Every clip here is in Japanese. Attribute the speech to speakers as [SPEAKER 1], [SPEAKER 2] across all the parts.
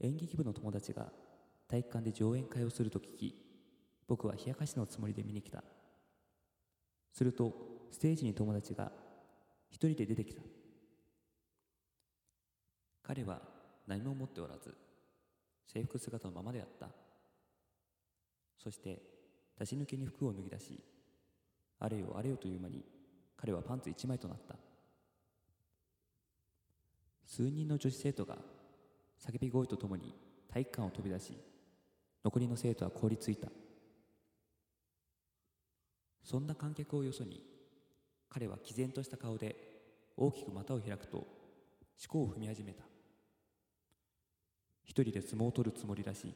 [SPEAKER 1] 演劇部の友達が体育館で上演会をすると聞き僕は冷やかしのつもりで見に来たするとステージに友達が一人で出てきた彼は何も持っておらず制服姿のままであったそして出し抜けに服を脱ぎ出しあれよあれよという間に彼はパンツ一枚となった数人の女子生徒が叫び声とともに体育館を飛び出し残りの生徒は凍りついたそんな観客をよそに彼は毅然とした顔で大きく股を開くと思考を踏み始めた一人で相撲を取るつもりらしい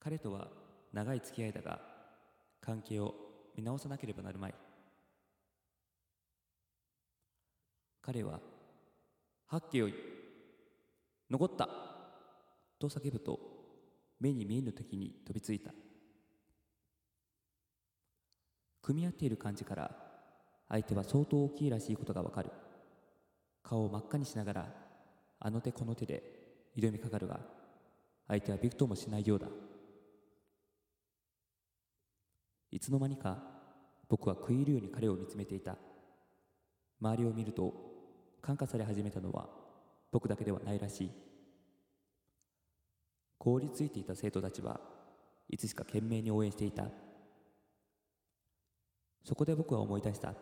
[SPEAKER 1] 彼とは長い付き合いだが関係を見直さなければなるまい彼は「はっけよい残った!」と叫ぶと目に見えぬ敵に飛びついた組み合っている感じから相手は相当大きいらしいことがわかる顔を真っ赤にしながらあの手この手で挑みかかるが相手はびくともしないようだいつの間にか僕は食い入るように彼を見つめていた周りを見ると感化され始めたのは僕だけではないらしい凍りついていた生徒たちはいつしか懸命に応援していたそこで僕は思い出した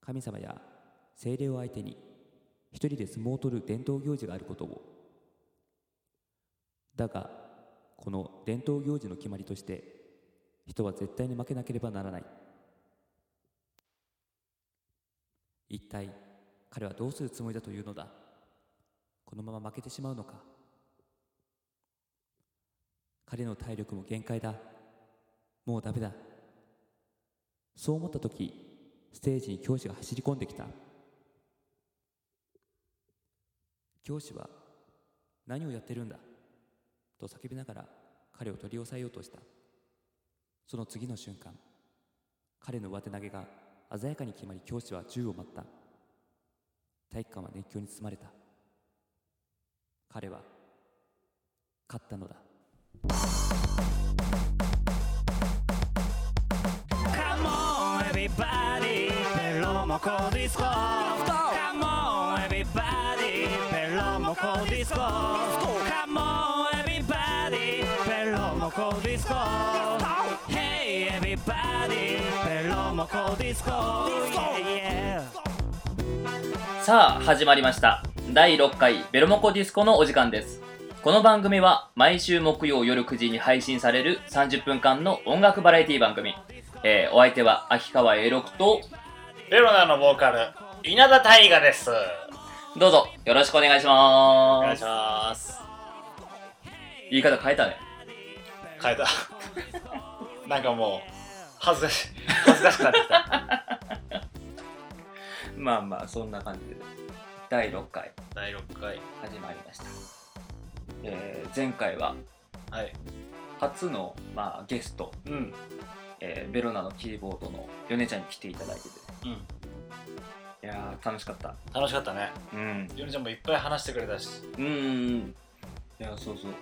[SPEAKER 1] 神様や精霊を相手に一人で相撲を取る伝統行事があることをだがこの伝統行事の決まりとして人は絶対に負けなければならない一体彼はどうするつもりだというのだこのまま負けてしまうのか彼の体力も限界だもうダメだそう思った時ステージに教師が走り込んできた教師は「何をやってるんだ」と叫びながら彼を取り押さえようとしたその次の瞬間彼の上手投げが鮮やかに決まり教師は銃を待った体育館は熱狂に包まれた彼は勝ったのだ
[SPEAKER 2] Come on, everybody, per l'Omoco Disco. Come on, everybody, per l'Omoco Disco. Come on, everybody, per l'Omoco Disco. Hey, everybody, per l'Omoco Disco. Yeah, yeah.
[SPEAKER 3] さあ始まりました第6回ベロモコディスコのお時間ですこの番組は毎週木曜夜9時に配信される30分間の音楽バラエティ番組、えーお相手は秋川 A6 と
[SPEAKER 4] ベロナのボーカル稲田大我です
[SPEAKER 3] どうぞよろしくお願いしま
[SPEAKER 4] お願い
[SPEAKER 3] す
[SPEAKER 4] します
[SPEAKER 3] 言い方変えたね
[SPEAKER 4] 変えた なんかもう恥ずかし恥ずかしくなってきた
[SPEAKER 3] まあまあそんな感じで第6回
[SPEAKER 4] 第6回
[SPEAKER 3] 始まりました、えー前回は
[SPEAKER 4] はい
[SPEAKER 3] 初の、まあ、ゲスト、
[SPEAKER 4] うん
[SPEAKER 3] えーベロナのキーボードのヨネちゃんに来ていただいてて
[SPEAKER 4] うん
[SPEAKER 3] いやー楽しかった
[SPEAKER 4] 楽しかったね
[SPEAKER 3] うん
[SPEAKER 4] ヨネちゃんもいっぱい話してくれたし
[SPEAKER 3] うんうんいやそうそう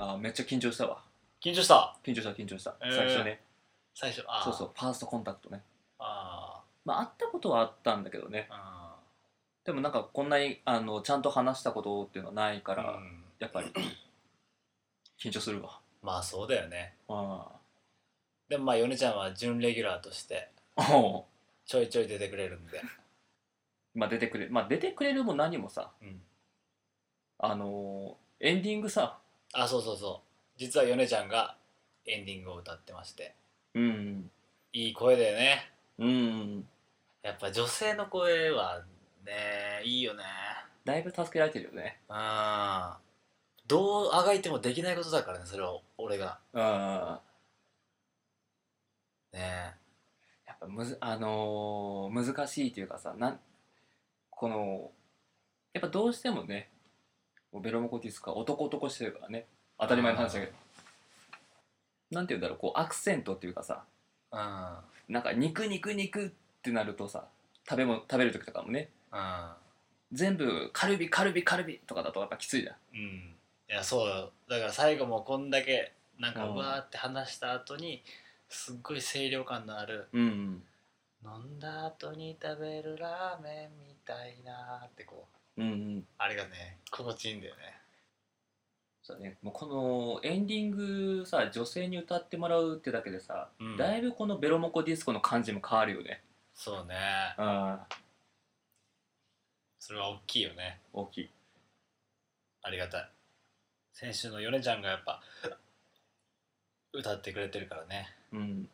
[SPEAKER 3] あーめっちゃ緊張したわ
[SPEAKER 4] 緊張した
[SPEAKER 3] 緊張した緊張した、
[SPEAKER 4] えー
[SPEAKER 3] 最初ね
[SPEAKER 4] 最初あー
[SPEAKER 3] そうそうファーストコンタクトね
[SPEAKER 4] あ
[SPEAKER 3] まあ会ったことはあったんだけどね
[SPEAKER 4] ーあ
[SPEAKER 3] でもなんかこんなにあのちゃんと話したことっていうのはないか
[SPEAKER 4] ー
[SPEAKER 3] ら、
[SPEAKER 4] うん
[SPEAKER 3] やっぱり緊張するわ
[SPEAKER 4] まあそうだよね
[SPEAKER 3] あ
[SPEAKER 4] でもまあヨネちゃんは準レギュラーとして
[SPEAKER 3] あお
[SPEAKER 4] ちょいちょい出てくれるん で
[SPEAKER 3] まあ出てくれまあ出てくれるも何もさ
[SPEAKER 4] うん
[SPEAKER 3] あのーエンディングさ
[SPEAKER 4] あそうそうそう実はヨネちゃんがエンディングを歌ってまして
[SPEAKER 3] うん
[SPEAKER 4] いい声だよね
[SPEAKER 3] うん
[SPEAKER 4] やっぱ女性の声はねいいよね
[SPEAKER 3] だいぶ助けられてるよね
[SPEAKER 4] うんどうあがいてもできないことだからねそれは俺が
[SPEAKER 3] うんや
[SPEAKER 4] ね
[SPEAKER 3] っぱむずあのー難しいというかさなんこのやっぱどうしてもねもうベロモコティスカ男男してるからね当たり前の話だけどなんて言うんだろうこうアクセントっていうかさ
[SPEAKER 4] うんうん
[SPEAKER 3] なんか肉肉肉ってなるとさ食べも食べる時とかもね
[SPEAKER 1] 全部カルビカルビカルビとかだとやっぱきついじゃん
[SPEAKER 4] うんいやそうよだから最後もこんだけなんか
[SPEAKER 1] うん
[SPEAKER 4] うわーって話した後にすっごい清涼感のある
[SPEAKER 1] うんうん
[SPEAKER 4] 飲んだ後に食べるラーメンみたいなーってこう
[SPEAKER 1] うんうん
[SPEAKER 4] あれがね心地いいんだよね
[SPEAKER 1] そうだねもうこのエンディングさ女性に歌ってもらうってだけでさ、
[SPEAKER 4] うん
[SPEAKER 1] だいぶこのベロモコディスコの感じも変わるよね
[SPEAKER 4] そうね
[SPEAKER 1] ああ
[SPEAKER 4] それは大きいよね
[SPEAKER 1] 大きい
[SPEAKER 4] ありがたい先週のヨネちゃんがやっぱ歌ってくれてるからね
[SPEAKER 1] うん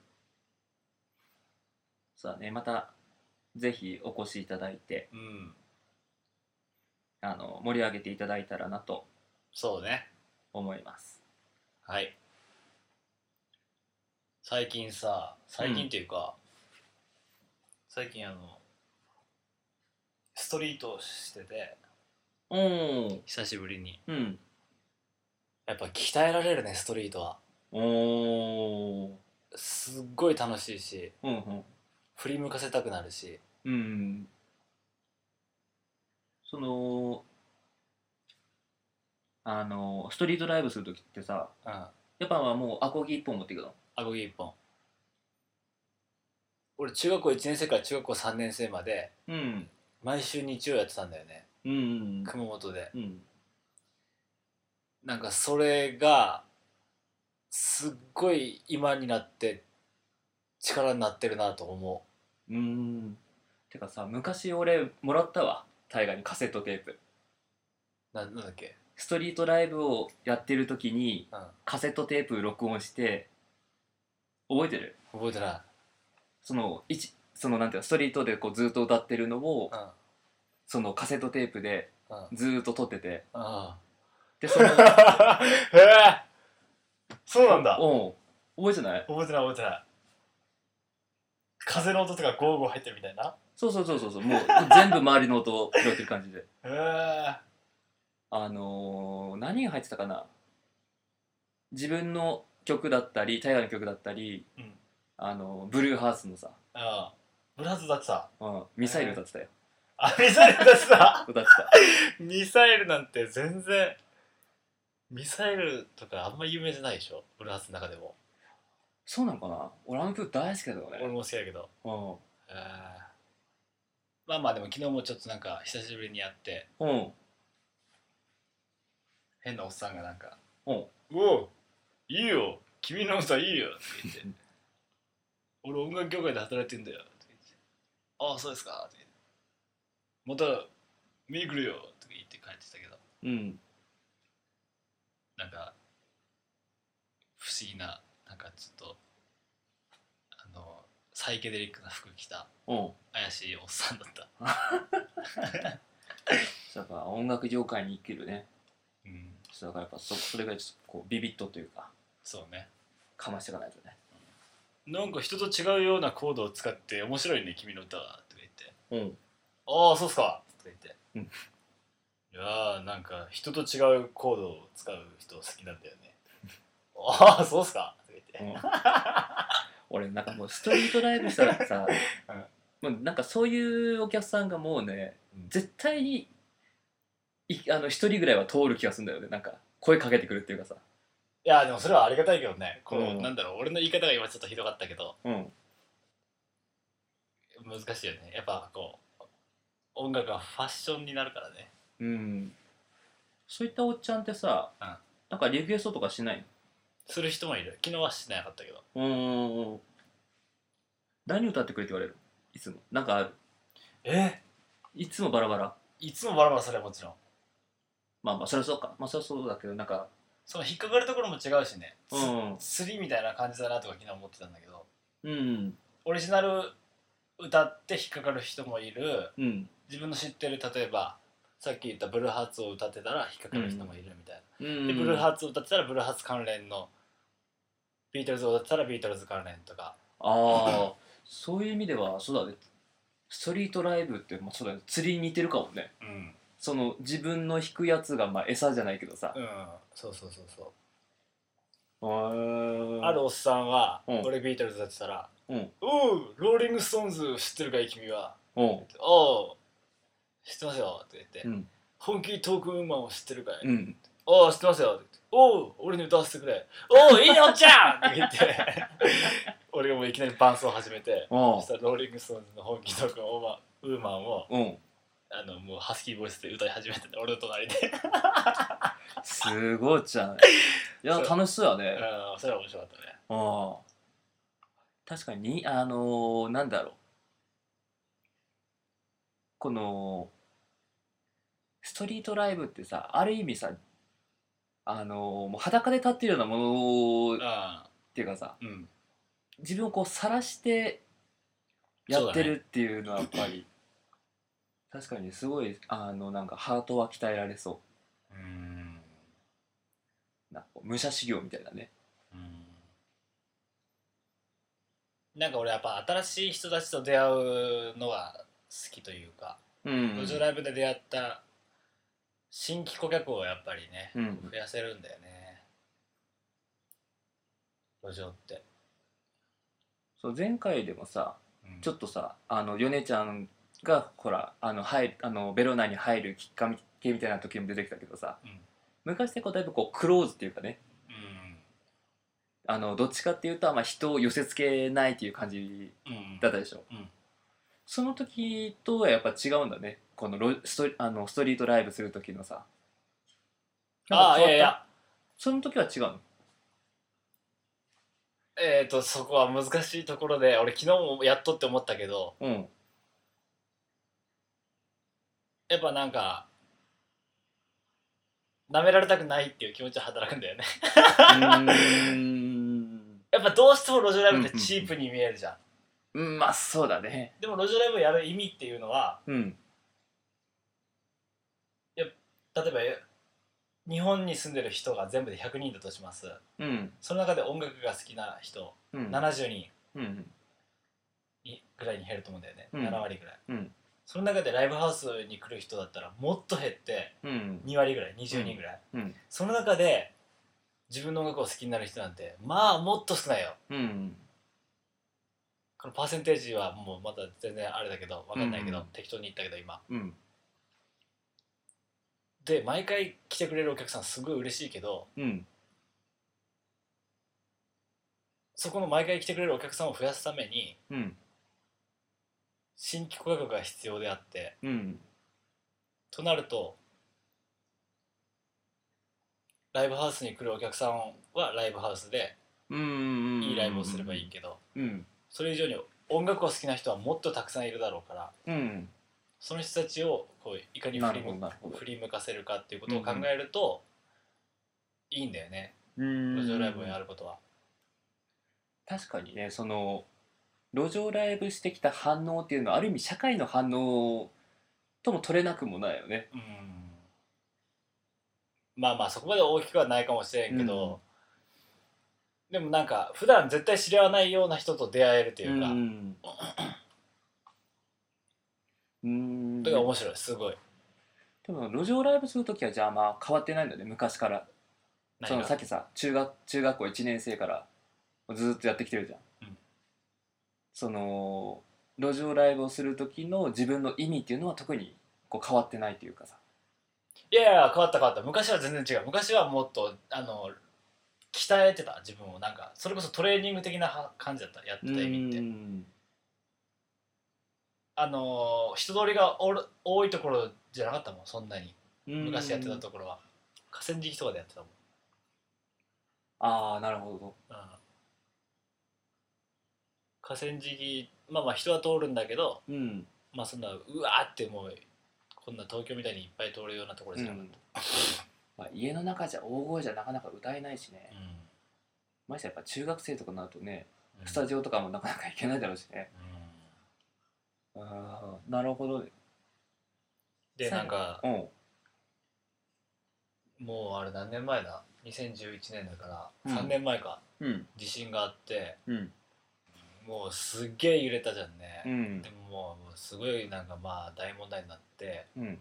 [SPEAKER 1] そうだねまたぜひお越しいただいて
[SPEAKER 4] うん
[SPEAKER 1] あの盛り上げていただいたらなと
[SPEAKER 4] そうね
[SPEAKER 1] 思います
[SPEAKER 4] はい最近さ最近っていうか、最近あのストリートをしてて
[SPEAKER 1] おお
[SPEAKER 4] 久しぶりに
[SPEAKER 1] うん
[SPEAKER 4] やっぱ鍛えられるねストリートは
[SPEAKER 1] おお
[SPEAKER 4] すっごい楽しいし
[SPEAKER 1] うんうん
[SPEAKER 4] 振り向かせたくなるし
[SPEAKER 1] うんそのあのストリートライブする時ってさ
[SPEAKER 4] うん
[SPEAKER 1] やっぱもうアコギ一本持っていくの
[SPEAKER 4] あごぎ一本俺中学校1年生から中学校3年生まで
[SPEAKER 1] うん
[SPEAKER 4] 毎週日曜やってたんだよね
[SPEAKER 1] うん
[SPEAKER 4] 熊本で
[SPEAKER 1] うん
[SPEAKER 4] なんかそれがすっごい今になって力になってるなと思
[SPEAKER 1] うんてかさ昔俺もらったわ大河にカセットテープ
[SPEAKER 4] うななんだっけ
[SPEAKER 1] ストリートライブをやってる時に
[SPEAKER 4] うん
[SPEAKER 1] カセットテープ録音して覚えてる
[SPEAKER 4] 覚えてな
[SPEAKER 1] その一そのなんていうのストリートでこうずっと歌ってるのを
[SPEAKER 4] い
[SPEAKER 1] そのカセットテープで
[SPEAKER 4] うんうん
[SPEAKER 1] ずーっと撮ってて
[SPEAKER 4] あ
[SPEAKER 1] でその
[SPEAKER 4] あ へえそうなんだ
[SPEAKER 1] うん覚えてない
[SPEAKER 4] 覚えてない覚えてない風の音とかゴーゴー入ってるみたいな
[SPEAKER 1] そうそうそうそうそうもう全部周りの音を拾ってる感じで
[SPEAKER 4] へえ
[SPEAKER 1] あのー何が入ってたかな自分の曲だったり大河の曲だったり、
[SPEAKER 4] うん
[SPEAKER 1] あのブルーハーツのさ、
[SPEAKER 4] うんブラズだってさ
[SPEAKER 1] うん、ミサイル歌ってたよ、
[SPEAKER 4] あミサイルだってさ
[SPEAKER 1] 歌って
[SPEAKER 4] ミサイルなんて全然ミサイルとかあんま有名じゃないでしょブルーハーツの中でも
[SPEAKER 1] たそうなのかな俺あの曲大好きだけど
[SPEAKER 4] 俺
[SPEAKER 1] ね
[SPEAKER 4] も好きだけど
[SPEAKER 1] う
[SPEAKER 4] えーまあまあでも昨日もちょっとなんか久しぶりにやって
[SPEAKER 1] んうん
[SPEAKER 4] 変なおっさんがなんか「
[SPEAKER 1] うん
[SPEAKER 4] おういいよ君の歌いいよ」って言って 「俺音楽業界で働いてんだよ」って言って「ああそうですか」って言って「また見に来るよ」って言って帰ってたけど
[SPEAKER 1] うん
[SPEAKER 4] なんか不思議ななんかちょっとあのサイケデリックな服着た
[SPEAKER 1] うん
[SPEAKER 4] 怪しいおっさんだった
[SPEAKER 1] やっぱ音楽業界に生きるね
[SPEAKER 4] うん
[SPEAKER 1] ちょっとだからやっぱそそれがちょっとこうビビッとというか
[SPEAKER 4] そうね
[SPEAKER 1] かましていかないとね
[SPEAKER 4] なんか人と違うようなコードを使って面白いね君の歌はとか言って
[SPEAKER 1] うん
[SPEAKER 4] 「ああそうっすか」とか言って、
[SPEAKER 1] うん
[SPEAKER 4] いやーなんか人と違うコードを使う人好きなんだよねああそうっすかとか言って、
[SPEAKER 1] うん俺なんかもうストリートライブしたら さ、もうなんかそういうお客さんがもうね
[SPEAKER 4] うん
[SPEAKER 1] 絶対にいあの一人ぐらいは通る気がするんだよねなんか声かけてくるっていうかさ
[SPEAKER 4] いやーでもそれはありがたいけどねこの、
[SPEAKER 1] うん
[SPEAKER 4] なんだろう俺の言い方が今ちょっとひどかったけど
[SPEAKER 1] うん
[SPEAKER 4] 難しいよねやっぱこう音楽はファッションになるからね
[SPEAKER 1] うんそういったおっちゃんってさ、
[SPEAKER 4] うん
[SPEAKER 1] なんかリクエストとかしない
[SPEAKER 4] する人もいる昨日はしなかったけど
[SPEAKER 1] のうん何歌ってくれって言われるいつもなんかある
[SPEAKER 4] え
[SPEAKER 1] いつもバラバラ
[SPEAKER 4] いつもバラバラそれはもちろん
[SPEAKER 1] まあまあそりゃそうかまあそりゃそうだけどなんか
[SPEAKER 4] その引っかかるところも違うしね、つ
[SPEAKER 1] うん
[SPEAKER 4] 釣りみたいな感じだなとか昨日思ってたんだけど
[SPEAKER 1] うん
[SPEAKER 4] オリジナル歌って引っかかる人もいる
[SPEAKER 1] うん
[SPEAKER 4] 自分の知ってる例えばさっき言ったブルーハーツを歌ってたら引っかかる人もいるみたい
[SPEAKER 1] うん
[SPEAKER 4] な、でブルーハーツを歌ってたらブルーハーツ関連のビートルズを歌ってたらビートルズ関連とか
[SPEAKER 1] ああそういう意味ではそうだねストリートライブって、まあ、そうだね釣りに似てるかもね
[SPEAKER 4] うん、
[SPEAKER 1] その自分の引くやつがまあ餌じゃないけどさ、
[SPEAKER 4] うん、そうそうそうそう
[SPEAKER 1] あ
[SPEAKER 4] あるおっさんは、
[SPEAKER 1] うん
[SPEAKER 4] 俺ビートルズだってたら「
[SPEAKER 1] うん
[SPEAKER 4] おうローリング・ストーンズ知ってるかい君は」
[SPEAKER 1] うん
[SPEAKER 4] おう知ってますよって言って、
[SPEAKER 1] うん
[SPEAKER 4] 本気トークンマンを知ってるかい、
[SPEAKER 1] うん
[SPEAKER 4] おお知ってますよって言っておお俺に歌わせてくれおおいいねおっちゃんって言って俺がもういきなり伴奏を始めて
[SPEAKER 1] お
[SPEAKER 4] そしたらローリングストーンズの本気トークンオーマンウーマンを
[SPEAKER 1] うん
[SPEAKER 4] あのもうハスキーボイスで歌い始めてて俺の隣で
[SPEAKER 1] すごいじ ゃんいや
[SPEAKER 4] そう
[SPEAKER 1] 楽しそうや
[SPEAKER 4] う
[SPEAKER 1] ね
[SPEAKER 4] んそれは面白かったね
[SPEAKER 1] ああ確かににあのー、なんだろうこのストリートライブってさある意味さあのー、もう裸で立ってるようなものっ
[SPEAKER 4] あ
[SPEAKER 1] ていうかさ
[SPEAKER 4] あうん
[SPEAKER 1] 自分をこう晒してやってるっていうのはやっぱり、確かにすごいあのなんかハートは鍛えられそう
[SPEAKER 4] ーん
[SPEAKER 1] うなんかこう武者修行みたいなね
[SPEAKER 4] うんなんか俺やっぱ新しい人たちと出会うのが好きというか
[SPEAKER 1] うん
[SPEAKER 4] 路上ライブで出会った新規顧客をやっぱりね
[SPEAKER 1] うん
[SPEAKER 4] 増やせるんだよね路上って、
[SPEAKER 1] そう前回でもさ
[SPEAKER 4] うん
[SPEAKER 1] ちょっとさあのヨネちゃんがほらあの入あのベロナに入るきっかけみたいな時も出てきたけどさ、
[SPEAKER 4] うん
[SPEAKER 1] 昔ってこうだいぶこうクローズっていうかねあのどっちかっていうとあんま人を寄せ付けないっていう感じ
[SPEAKER 4] うんうん
[SPEAKER 1] だったでしょ、
[SPEAKER 4] うん
[SPEAKER 1] その時とはやっぱ違うんだねこのロストあのストリートライブする時のさ
[SPEAKER 4] あ
[SPEAKER 1] なんか変わっ
[SPEAKER 4] あい
[SPEAKER 1] た
[SPEAKER 4] やいや
[SPEAKER 1] その時は違うの
[SPEAKER 4] えっ、とそこは難しいところで俺昨日もやっとって思ったけど
[SPEAKER 1] うん
[SPEAKER 4] やっぱなんか舐められたくないっていう気持ちは働くんだよね
[SPEAKER 1] うーん
[SPEAKER 4] やっぱどうしても路上ライブってチープに見えるじゃ ん、
[SPEAKER 1] うんまあそうだね
[SPEAKER 4] でも路上ライブをやる意味っていうのは
[SPEAKER 1] うん
[SPEAKER 4] 例えば日本に住んでる人が全部で100人だとします
[SPEAKER 1] うん
[SPEAKER 4] その中で音楽が好きな人
[SPEAKER 1] うん
[SPEAKER 4] 70人
[SPEAKER 1] うん
[SPEAKER 4] にぐらいに減ると思うんだよね、
[SPEAKER 1] うん
[SPEAKER 4] 7割ぐらい、
[SPEAKER 1] うん
[SPEAKER 4] その中でライブハウスに来る人だったらもっと減って
[SPEAKER 1] うん
[SPEAKER 4] 2割ぐらい20人ぐらい、
[SPEAKER 1] うん
[SPEAKER 4] その中で自分の音楽を好きになる人なんてまあもっと少ないよ
[SPEAKER 1] うん
[SPEAKER 4] このパーセンテージはもうまだ全然あれだけどわかんないけど、
[SPEAKER 1] うん
[SPEAKER 4] 適当に言ったけど今
[SPEAKER 1] うん
[SPEAKER 4] で毎回来てくれるお客さんすごい嬉しいけど
[SPEAKER 1] うん
[SPEAKER 4] そこの毎回来てくれるお客さんを増やすために
[SPEAKER 1] うん
[SPEAKER 4] 新規顧客が必要であって
[SPEAKER 1] うん
[SPEAKER 4] となるとライブハウスに来るお客さんはライブハウスで
[SPEAKER 1] うん
[SPEAKER 4] いいライブをすればいいけど、
[SPEAKER 1] うん
[SPEAKER 4] それ以上に音楽を好きな人はもっとたくさんいるだろうから
[SPEAKER 1] うん
[SPEAKER 4] その人たちをこういかに
[SPEAKER 1] な
[SPEAKER 4] 振
[SPEAKER 1] る
[SPEAKER 4] り
[SPEAKER 1] ほど
[SPEAKER 4] 向
[SPEAKER 1] なるほど
[SPEAKER 4] 振り向かせるかっていうことを考えると、いいんだよね
[SPEAKER 1] うん
[SPEAKER 4] 路上ライブをやることは。
[SPEAKER 1] 確かにねその路上ライブしてきた反応っていうのはある意味社会の反応とも取れなくもないよね
[SPEAKER 4] うんまあまあそこまで大きくはないかもしれんけど、でもなんか普段絶対知り合わないような人と出会えるというか、
[SPEAKER 1] んうん
[SPEAKER 4] だから面白いすごい。
[SPEAKER 1] でも路上ライブする時はじゃあまあ変わってないんだね昔からそ
[SPEAKER 4] 何
[SPEAKER 1] の
[SPEAKER 4] が
[SPEAKER 1] さっきさ中学中学校1年生からずっとやってきてるじゃん、
[SPEAKER 4] うん
[SPEAKER 1] その路上ライブをする時の自分の意味っていうのは特にこう変わってないというかさ
[SPEAKER 4] いやいや変わった変わった昔は全然違う昔はもっとあの鍛えてた自分をなんかそれこそトレーニング的なは感じだったやってた意味って
[SPEAKER 1] うん
[SPEAKER 4] あの人通りがおる多いところじゃなかったもんそんなに昔やってたところは河川敷とかでやってたもん、
[SPEAKER 1] ああなるほど
[SPEAKER 4] うん、河川敷まあまあ人は通るんだけど
[SPEAKER 1] うん
[SPEAKER 4] まあそんなうわーってもうこんな東京みたいにいっぱい通るようなところじゃなかった、
[SPEAKER 1] まあ、家の中じゃ大声じゃなかなか歌えないしね、
[SPEAKER 4] うん
[SPEAKER 1] ましてやっぱ中学生とかになるとね
[SPEAKER 4] うん
[SPEAKER 1] スタジオとかもなかなか行けないだろうしね、
[SPEAKER 4] うん
[SPEAKER 1] ああなるほどね
[SPEAKER 4] でなんか
[SPEAKER 1] うん
[SPEAKER 4] もうあれ何年前だ2011年だか
[SPEAKER 1] う
[SPEAKER 4] ら
[SPEAKER 1] ん
[SPEAKER 4] 3年前か、
[SPEAKER 1] うん
[SPEAKER 4] 地震があって
[SPEAKER 1] うん
[SPEAKER 4] もうすっげえ揺れたじゃんね、
[SPEAKER 1] うん
[SPEAKER 4] でももうすごいなんかまあ大問題になって
[SPEAKER 1] うん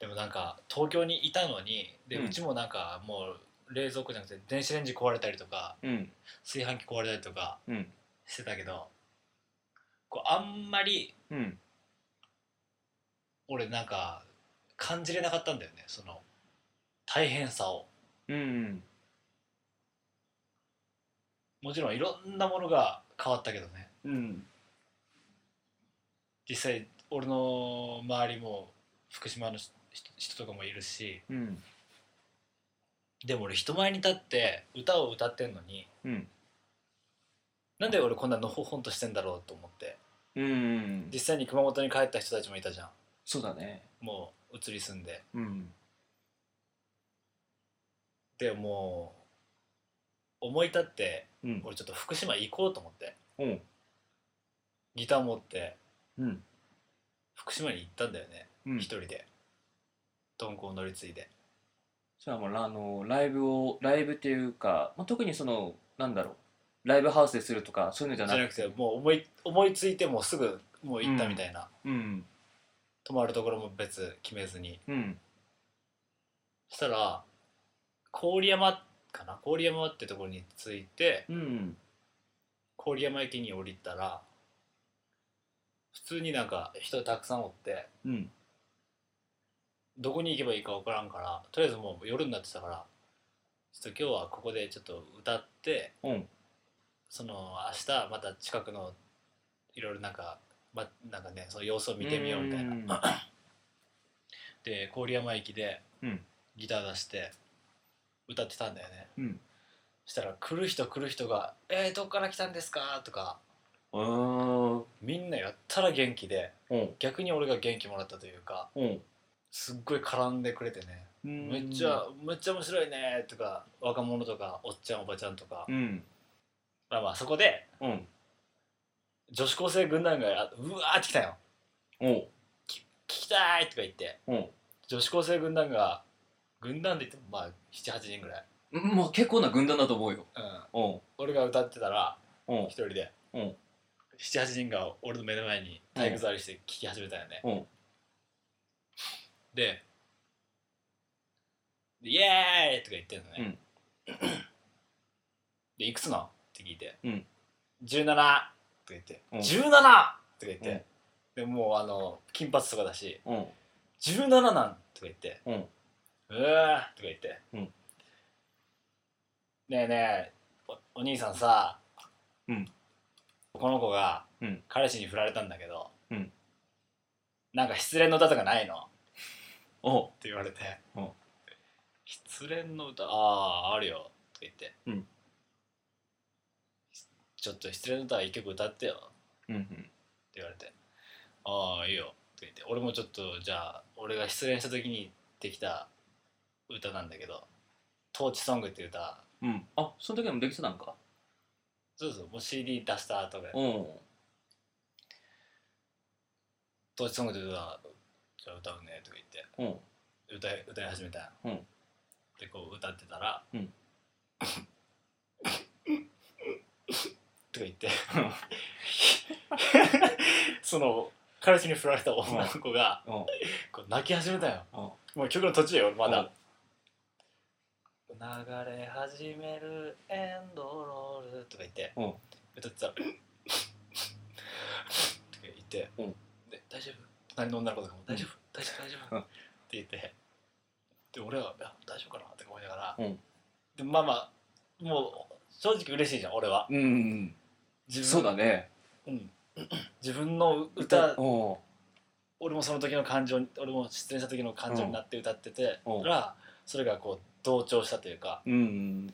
[SPEAKER 4] でもなんか東京にいたのにで、
[SPEAKER 1] う
[SPEAKER 4] うんちもなんかもう冷蔵庫じゃなくて電子レンジ壊れたりとか
[SPEAKER 1] うん
[SPEAKER 4] 炊飯器壊れたりとか
[SPEAKER 1] うん
[SPEAKER 4] してたけどこうあんまり
[SPEAKER 1] うん
[SPEAKER 4] 俺なんか感じれなかったんだよねその大変さを
[SPEAKER 1] うん
[SPEAKER 4] もちろんいろんなものが変わったけどね
[SPEAKER 1] うん
[SPEAKER 4] 実際俺の周りも福島の人人とかもいるし
[SPEAKER 1] うん
[SPEAKER 4] でも俺人前に立って歌を歌ってんのに
[SPEAKER 1] うん
[SPEAKER 4] なんで俺こんなのほほんとしてんだろうと思って
[SPEAKER 1] うん
[SPEAKER 4] 実際に熊本に帰った人たちもいたじゃん
[SPEAKER 1] そうだね
[SPEAKER 4] もう移り住んで
[SPEAKER 1] うん
[SPEAKER 4] でもう思い立って
[SPEAKER 1] うん
[SPEAKER 4] 俺ちょっと福島行こうと思って
[SPEAKER 1] うん
[SPEAKER 4] ギター持って
[SPEAKER 1] うん
[SPEAKER 4] 福島に行ったんだよね
[SPEAKER 1] うん
[SPEAKER 4] 一、人で鈍行乗り継いで
[SPEAKER 1] それはもうあのライブをライブっていうか、まあ、特にそのなんだろうライブハウスでするとかそういうのじゃ
[SPEAKER 4] じ
[SPEAKER 1] な
[SPEAKER 4] ゃ
[SPEAKER 1] く
[SPEAKER 4] な
[SPEAKER 1] て
[SPEAKER 4] くてもう思い思いついてもうすぐもう行ったみたいな、
[SPEAKER 1] うん
[SPEAKER 4] 泊まるところも別決めずに
[SPEAKER 1] うん
[SPEAKER 4] そしたら郡山かな郡山ってところに着いて
[SPEAKER 1] うん
[SPEAKER 4] 郡山駅に降りたら普通になんか人たくさんおって
[SPEAKER 1] うん
[SPEAKER 4] どこに行けばいいか分からんからとりあえずもう夜になってたからちょっと今日はここでちょっと歌って
[SPEAKER 1] うん
[SPEAKER 4] その明日また近くのいろいろなんか、ま、なんかねその様子を見てみようみたいな。
[SPEAKER 1] な
[SPEAKER 4] で郡山駅で
[SPEAKER 1] うん
[SPEAKER 4] ギター出して歌ってたんだよね、
[SPEAKER 1] うん
[SPEAKER 4] そしたら来る人来る人が「えー、どっから来たんですか?」とか
[SPEAKER 1] あー
[SPEAKER 4] みんなやったら元気で
[SPEAKER 1] うん
[SPEAKER 4] 逆に俺が元気もらったというか
[SPEAKER 1] うん
[SPEAKER 4] すっごい絡んでくれてね「
[SPEAKER 1] め
[SPEAKER 4] めっちゃめっちゃ面白いね」とか若者とかおっちゃんおばちゃんとか、
[SPEAKER 1] うん
[SPEAKER 4] まあまあそこで
[SPEAKER 1] うん
[SPEAKER 4] 女子高生軍団がやうわーって来たよ
[SPEAKER 1] お
[SPEAKER 4] 「聞きたい!」とか言って
[SPEAKER 1] うん
[SPEAKER 4] 女子高生軍団が軍団で言ってもまあ78人ぐらい、
[SPEAKER 1] もう結構な軍団だと思うよ
[SPEAKER 4] うん、
[SPEAKER 1] お
[SPEAKER 4] 俺が歌ってたら
[SPEAKER 1] お
[SPEAKER 4] 一人で、
[SPEAKER 1] うん
[SPEAKER 4] 78人が俺の目の前に体育座りして聴き始めたよね、
[SPEAKER 1] うん
[SPEAKER 4] で「でイエーイ!」とか言ってんのね、
[SPEAKER 1] うん
[SPEAKER 4] で「いくつの?」って聞いて「
[SPEAKER 1] うん
[SPEAKER 4] 17!」とか言って「
[SPEAKER 1] うん
[SPEAKER 4] 17!」とか言って、
[SPEAKER 1] うん
[SPEAKER 4] でもうあの金髪とかだし
[SPEAKER 1] うん
[SPEAKER 4] 「17なん?」とか言って
[SPEAKER 1] うん
[SPEAKER 4] 「うわ!」とか言って「
[SPEAKER 1] うん
[SPEAKER 4] ねえねえおお兄さんさ、
[SPEAKER 1] うん
[SPEAKER 4] この子が
[SPEAKER 1] うん
[SPEAKER 4] 彼氏に振られたんだけど、
[SPEAKER 1] うん
[SPEAKER 4] なんか失恋の歌とかないの?」っ
[SPEAKER 1] お
[SPEAKER 4] て言われて
[SPEAKER 1] うん
[SPEAKER 4] 失恋の歌あああるよ」とか言って、
[SPEAKER 1] うん
[SPEAKER 4] ちょっと失恋の歌一曲歌ってよ」
[SPEAKER 1] うんうん
[SPEAKER 4] って言われて「ああいいよ」って言って俺もちょっとじゃあ俺が失恋した時にできた歌なんだけど「トーチソング」っていう歌
[SPEAKER 1] うんあその時でもできてたんか
[SPEAKER 4] そうそうもう CD 出した後で
[SPEAKER 1] うん
[SPEAKER 4] 「トーチソング」っていう歌じゃあ歌うねとか言って
[SPEAKER 1] うん
[SPEAKER 4] 歌い歌い始めたよ、
[SPEAKER 1] うん
[SPEAKER 4] でこう歌ってたら「
[SPEAKER 1] うん
[SPEAKER 4] とか言ってその彼氏に振られた女の子が
[SPEAKER 1] うん
[SPEAKER 4] こう泣き始めたよ
[SPEAKER 1] うん
[SPEAKER 4] もう曲の途中よ俺まだ流れ始めるエンドロールとか言って、
[SPEAKER 1] うん
[SPEAKER 4] 歌ってたらとか言って、
[SPEAKER 1] うん
[SPEAKER 4] で大丈夫隣の女の子とかも大丈夫、大丈夫大丈夫、
[SPEAKER 1] うん
[SPEAKER 4] って言ってで俺はいや大丈夫かなって思いながら、
[SPEAKER 1] うん
[SPEAKER 4] でまあまあもう正直嬉しいじゃん俺は
[SPEAKER 1] うんうん
[SPEAKER 4] 自分
[SPEAKER 1] そうだね
[SPEAKER 4] うん、 自分の歌
[SPEAKER 1] お
[SPEAKER 4] 俺もその時の感情に俺も失恋した時の感情になって歌ってて、
[SPEAKER 1] うん
[SPEAKER 4] らそれがこう同調したというか、
[SPEAKER 1] うん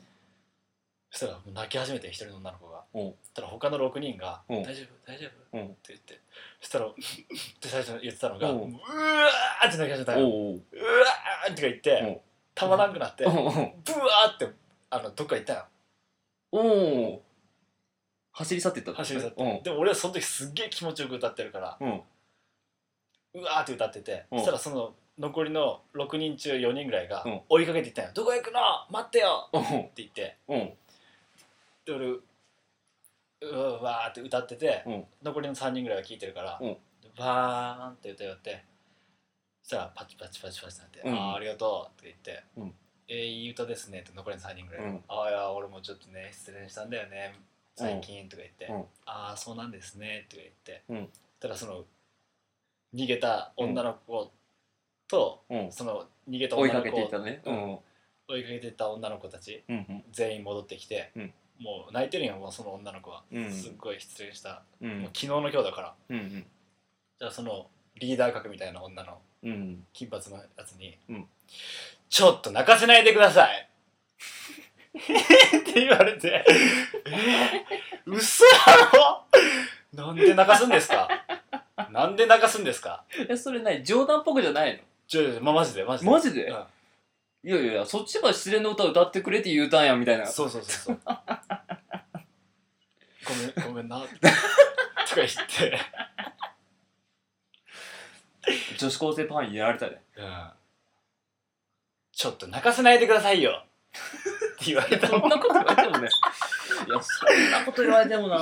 [SPEAKER 4] そしたらもう泣き始めて一人の女の子が、
[SPEAKER 1] うん
[SPEAKER 4] そしたら他の6人が「
[SPEAKER 1] うん
[SPEAKER 4] 大丈夫大丈夫」
[SPEAKER 1] うん
[SPEAKER 4] って言ってそしたらって最初に言ってたのが「
[SPEAKER 1] う
[SPEAKER 4] うんわー!」って泣き始めた
[SPEAKER 1] お
[SPEAKER 4] よ
[SPEAKER 1] お
[SPEAKER 4] 「うわー!」って言って、
[SPEAKER 1] うん
[SPEAKER 4] たまらんくなって、ブ
[SPEAKER 1] お
[SPEAKER 4] ワーってあのどっか行ったよ
[SPEAKER 1] お走り去ってった
[SPEAKER 4] 走り去って、
[SPEAKER 1] うん
[SPEAKER 4] でも俺はその時すっげえ気持ちよく歌ってるから
[SPEAKER 1] うん
[SPEAKER 4] 「うわー!」って歌ってて、
[SPEAKER 1] うん
[SPEAKER 4] そしたらその残りの6人中4人ぐらいが
[SPEAKER 1] うん
[SPEAKER 4] 追いかけていったよ「どこ行くの待ってよ!」
[SPEAKER 1] うん
[SPEAKER 4] って言って
[SPEAKER 1] うん
[SPEAKER 4] で俺ううわーって歌ってて、
[SPEAKER 1] うん
[SPEAKER 4] 残りの3人ぐらいが聴いてるから、
[SPEAKER 1] うん
[SPEAKER 4] バーンって歌いよってそしたらパチパチパチパチなって「
[SPEAKER 1] うん
[SPEAKER 4] ああありがとう」って言って
[SPEAKER 1] うん
[SPEAKER 4] えーいい歌ですね」って残りの3人ぐらい
[SPEAKER 1] う
[SPEAKER 4] 「
[SPEAKER 1] ん
[SPEAKER 4] ああいや俺もちょっとね失恋したんだよね最近」とか言って「
[SPEAKER 1] うん
[SPEAKER 4] ああそうなんですね」とか言って、
[SPEAKER 1] うん
[SPEAKER 4] そしたらその逃げた女の子と、
[SPEAKER 1] うん
[SPEAKER 4] その逃げた
[SPEAKER 1] 追い
[SPEAKER 4] 女
[SPEAKER 1] か
[SPEAKER 4] の
[SPEAKER 1] け
[SPEAKER 4] 子
[SPEAKER 1] ていたね。
[SPEAKER 4] う
[SPEAKER 1] うんん。
[SPEAKER 4] 追いかけてった女の子たち
[SPEAKER 1] うん。
[SPEAKER 4] 全員戻ってきて、
[SPEAKER 1] うん
[SPEAKER 4] もう泣いてるよもうその女の子は、
[SPEAKER 1] うん
[SPEAKER 4] すっごい失恋した、
[SPEAKER 1] う。
[SPEAKER 4] もうん昨日の今日だから
[SPEAKER 1] うん。
[SPEAKER 4] じゃあそのリーダー格みたいな女の
[SPEAKER 1] うん。
[SPEAKER 4] 金髪のやつに、
[SPEAKER 1] うん
[SPEAKER 4] ちょっと泣かせないでください って言われてうっそやろなんで泣かすんですかなんで泣かすんですか
[SPEAKER 1] え、それない冗談っぽくじゃない
[SPEAKER 4] ちょいやまマジでマジで
[SPEAKER 1] のマジで
[SPEAKER 4] うん
[SPEAKER 1] いやいやいや、そっちが失恋の歌歌ってくれって言うたんや、みたいな。
[SPEAKER 4] そうそうそうそうごめんごめんなとか言って、
[SPEAKER 1] 女子高生パンやられたで。
[SPEAKER 4] うん、ちょっと泣かせないでくださいよって言われ た
[SPEAKER 1] そんなこと言われてもね。いや、そんなこと言われてもな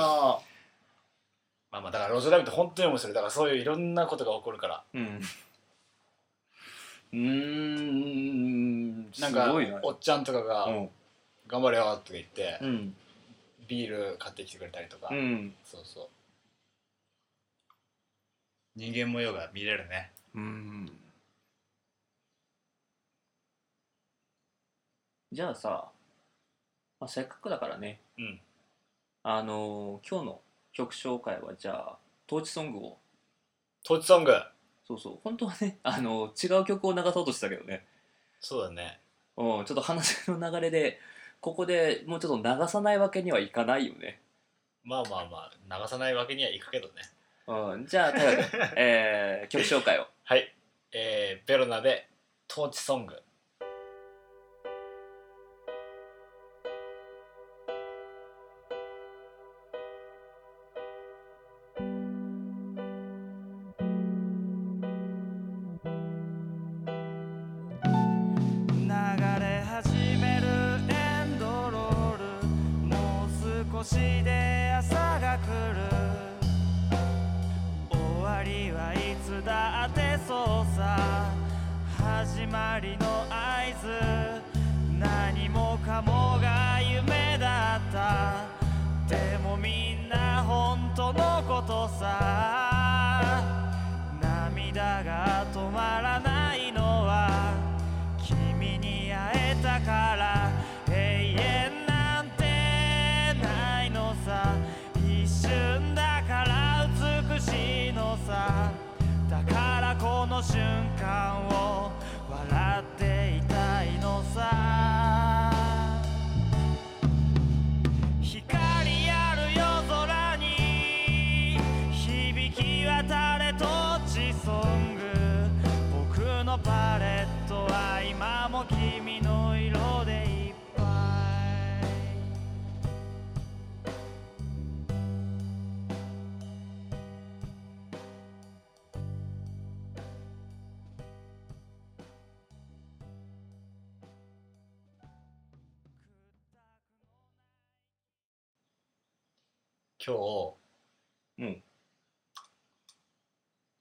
[SPEAKER 4] まあまあだから路上ラビット本当に面白いだからそういういろんなことが起こるから
[SPEAKER 1] うん。うーん。
[SPEAKER 4] なん
[SPEAKER 1] す
[SPEAKER 4] か
[SPEAKER 1] ごいな。
[SPEAKER 4] おっちゃんとかが
[SPEAKER 1] うん。
[SPEAKER 4] 「頑張れよ」とか言って、
[SPEAKER 1] うん。
[SPEAKER 4] ビール買ってきてくれたりとか、
[SPEAKER 1] うん。
[SPEAKER 4] そうそう人間模様が見れるね
[SPEAKER 1] うん。じゃあさ、まあ、せっかくだからね、
[SPEAKER 4] うん
[SPEAKER 1] あのー今日の曲紹介はじゃあ、トーチソングを、
[SPEAKER 4] トーチソング
[SPEAKER 1] そうそう、本当はね、 あのー違う曲を流そうとしてたけどね、
[SPEAKER 4] そうだね
[SPEAKER 1] うん、ちょっと話の流れで、ここでもうちょっと流さないわけにはいかないよね。
[SPEAKER 4] まあまあまあ流さないわけにはいくけどね
[SPEAKER 1] うん、じゃあ、太陽君えー曲紹介を。
[SPEAKER 4] はい、えー、ベロナでトーチソング。
[SPEAKER 3] 流れ始めるエンドロールもう少しで朝が来る終わりはいつだってそうさ始まりの合図何もかもが夢だったでもみんな本当のことさ涙が止まらないのは君に会えたから永遠なんてないのさ一瞬だから美しいのさだからこの瞬間を笑っていたいのさ光ある夜空に響き渡れトーチソング僕のパレットは今も君の色でいっぱい
[SPEAKER 4] 今日、
[SPEAKER 1] うん。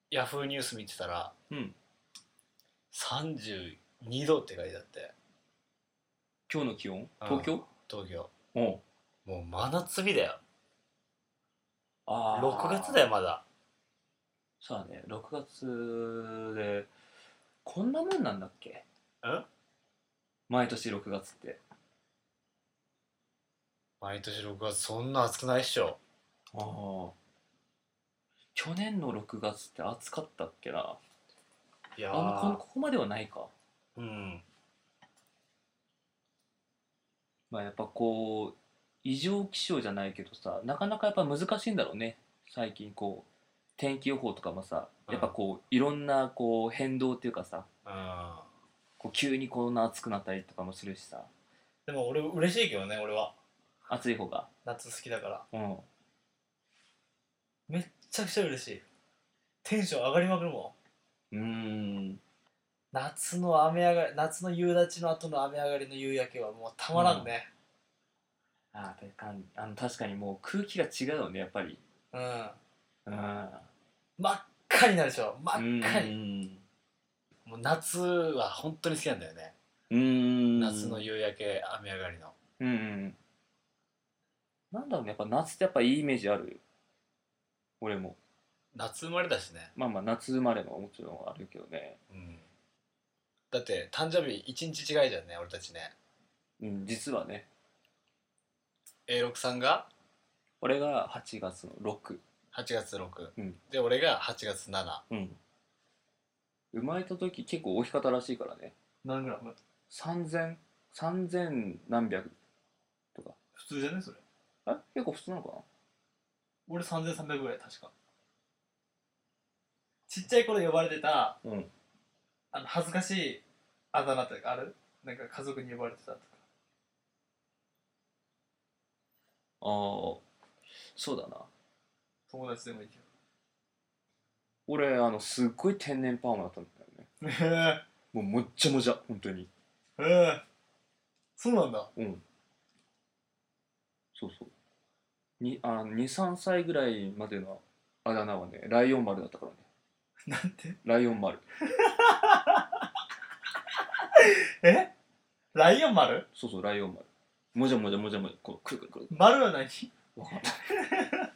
[SPEAKER 4] ヤフーニュース見てたら、
[SPEAKER 1] うん。
[SPEAKER 4] 32度って書いてあって、
[SPEAKER 1] 今日の気温東京
[SPEAKER 4] 東京。
[SPEAKER 1] うん。
[SPEAKER 4] もう真夏日だよ。
[SPEAKER 1] あー
[SPEAKER 4] 6月だよ、まだ。
[SPEAKER 1] そうだね、6月で、こんなもんなんだっけ
[SPEAKER 4] ん
[SPEAKER 1] 毎年6月って。
[SPEAKER 4] 毎年6月、そんな暑くないっしょ。
[SPEAKER 1] ああ。去年の6月って暑かったっけない
[SPEAKER 4] や
[SPEAKER 1] あんこ
[SPEAKER 4] ー、
[SPEAKER 1] ここまではないか。
[SPEAKER 4] うん。
[SPEAKER 1] まあやっぱこう、異常気象じゃないけどさ、なかなかやっぱ難しいんだろうね。最近こう、天気予報とかもさ、やっぱこう、いろんなこう変動っていうかさ、
[SPEAKER 4] うん。
[SPEAKER 1] こう急にこんな暑くなったりとかもするしさ、
[SPEAKER 4] でも俺、嬉しいけどね、俺は。
[SPEAKER 1] 暑い方が。
[SPEAKER 4] 夏好きだか
[SPEAKER 1] う
[SPEAKER 4] ら。
[SPEAKER 1] ん。
[SPEAKER 4] めっちゃくちゃ嬉しい。テンション上がりまくるもん。
[SPEAKER 1] うーん。
[SPEAKER 4] 夏の雨上がり、夏の夕立の後の雨上がりの夕焼けはもうたまらんね。
[SPEAKER 1] ああ、確かに、あの確かにもう空気が違うよね、やっぱり。
[SPEAKER 4] うん
[SPEAKER 1] うん。
[SPEAKER 4] 真っ赤になるでしょ真っ赤に
[SPEAKER 1] に。
[SPEAKER 4] もう夏は本当に好きなんだよね、
[SPEAKER 1] うーん。
[SPEAKER 4] 夏の夕焼け雨上がりの
[SPEAKER 1] うんうんなんだろうねやっぱ夏ってやっぱいいイメージある俺も
[SPEAKER 4] 夏生まれだしね、
[SPEAKER 1] まあまあ夏生まれももちろんあるけどね、
[SPEAKER 4] うん、だって誕生日一日違いじゃんね俺たちね
[SPEAKER 1] うん、実はね
[SPEAKER 4] A6 さんが
[SPEAKER 1] 俺が8月の6
[SPEAKER 4] 8月6、
[SPEAKER 1] うん
[SPEAKER 4] で俺が8月7
[SPEAKER 1] うん生まれた時結構大きかったらしいからね
[SPEAKER 5] 何グラム
[SPEAKER 1] 3000 3000何百とか
[SPEAKER 5] 普通じゃねそれ
[SPEAKER 1] あ結構普通なのかな
[SPEAKER 5] 俺3300ぐらい確かちっちゃい頃呼ばれてた、
[SPEAKER 1] うん
[SPEAKER 5] あの恥ずかしいあだ名とかあるなんか家族に呼ばれてたとか
[SPEAKER 1] ああそうだな
[SPEAKER 5] 友達でもいい け
[SPEAKER 1] 俺あのすっごい天然パーマだったんだよね
[SPEAKER 5] どへ
[SPEAKER 1] もうもっちゃもちゃ本当に
[SPEAKER 5] えへえそうなんだ
[SPEAKER 1] うんそうそうにあ23歳ぐらいまでのあだ名はねライオン丸だったからね
[SPEAKER 5] なんて
[SPEAKER 1] ライオン丸
[SPEAKER 5] えライオン丸
[SPEAKER 1] そうそうライオン丸もじゃもじゃもじゃもじゃこうくるくるくる
[SPEAKER 5] 丸は何
[SPEAKER 1] わかんない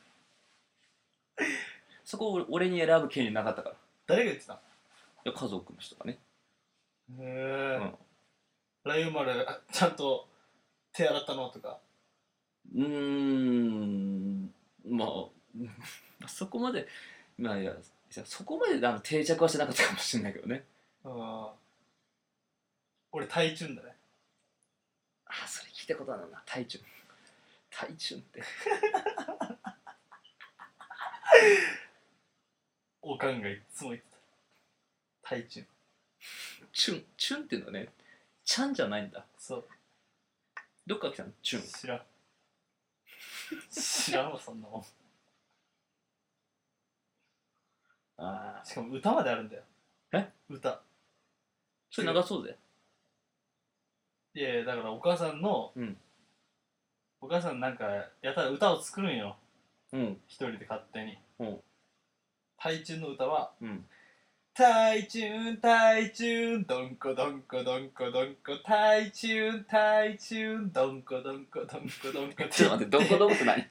[SPEAKER 1] そこを俺に選ぶ権利なかったからい
[SPEAKER 5] 誰が言ってた
[SPEAKER 1] や家族の人がね
[SPEAKER 5] へえ、
[SPEAKER 1] うん
[SPEAKER 5] ライオン丸あちゃんと手洗ったのとか
[SPEAKER 1] うーんまあそこまでまあいやいやそこまであの定着はしてなかったかもしれないけどね
[SPEAKER 5] うん俺タイチュンだね
[SPEAKER 1] あそれ聞いたことあるなタイチュンタイチュンって
[SPEAKER 5] おかんがいつも言ってた。タイチュン。
[SPEAKER 1] チュンチュンっていうのはねちゃんじゃないんだ
[SPEAKER 5] そう。
[SPEAKER 1] どっから来たのチュン
[SPEAKER 5] 知らん。知らんわ、そんなもん。
[SPEAKER 1] ああ
[SPEAKER 5] しかも歌まであるんだよ。
[SPEAKER 1] え
[SPEAKER 5] 歌。
[SPEAKER 1] それ流そうぜ
[SPEAKER 5] いやいや、だからお母さんの、
[SPEAKER 1] うん
[SPEAKER 5] お母さんなんか、やたら歌を作るんよ。
[SPEAKER 1] うん
[SPEAKER 5] 一人で勝手に。
[SPEAKER 1] うん
[SPEAKER 5] タイチュンの歌は、
[SPEAKER 1] うん
[SPEAKER 5] タイチュン、タイチュン、どんこどんこどんこどんこ、タイチュン、タイチュン、どんこどんこどんこどんこ。
[SPEAKER 1] ちょっと待ってどんこどんこって何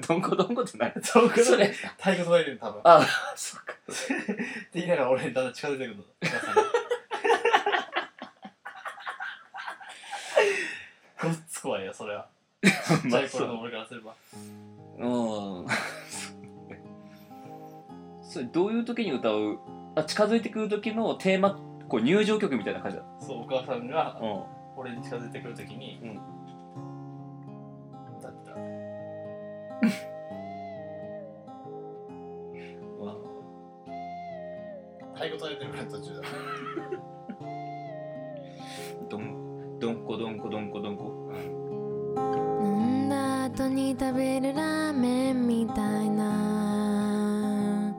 [SPEAKER 1] どんこどんこって何
[SPEAKER 5] どんこどんこ。
[SPEAKER 1] それ
[SPEAKER 5] 太鼓叩いてるの多分。
[SPEAKER 1] ああそっか
[SPEAKER 5] って言いながら俺にだんだん近づいてくるのお母さんが ごっつ怖いよそれはちっちゃい頃の俺からすれば
[SPEAKER 1] うん。それどういう時に歌うあ近づいてくる時のテーマこう入場曲みたいな感じだっ
[SPEAKER 5] そうお母さんが
[SPEAKER 1] た。うん。
[SPEAKER 5] 俺に近づいてくるときに、だってた
[SPEAKER 4] 太鼓叩いてるぐらいの途中だ
[SPEAKER 1] どんどんこどんこどんこどんこ。
[SPEAKER 6] 飲んだ後に食べるラーメンみたいな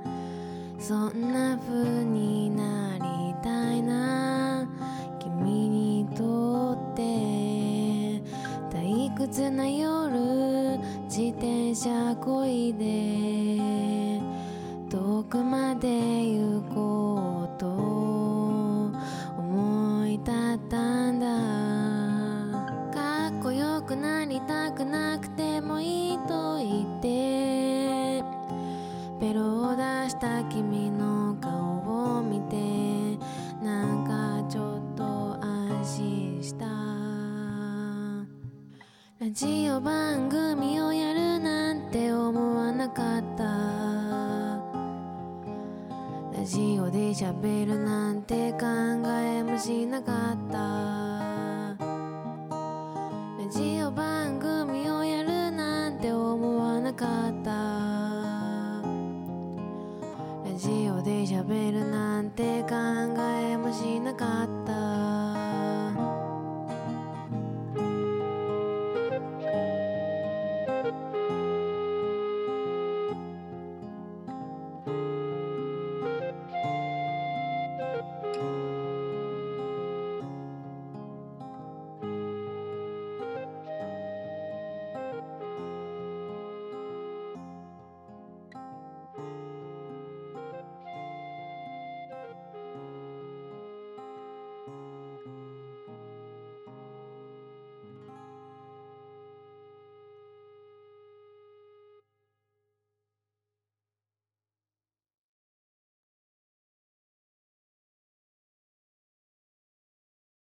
[SPEAKER 6] そんな風になりたいな君にとって退屈な夜自転車こいで遠くまで行こうと思い立ったんだかっこよくなりたくなくてもいいと言ってベロを出した君の顔を見てなんかちょっと安心したラジオ番組をやるなんて思わなかったラジオで喋るなんて考えもしなかったラジオ番組をやるなんて思わなかったラジオで喋るなんて考えもしなかっ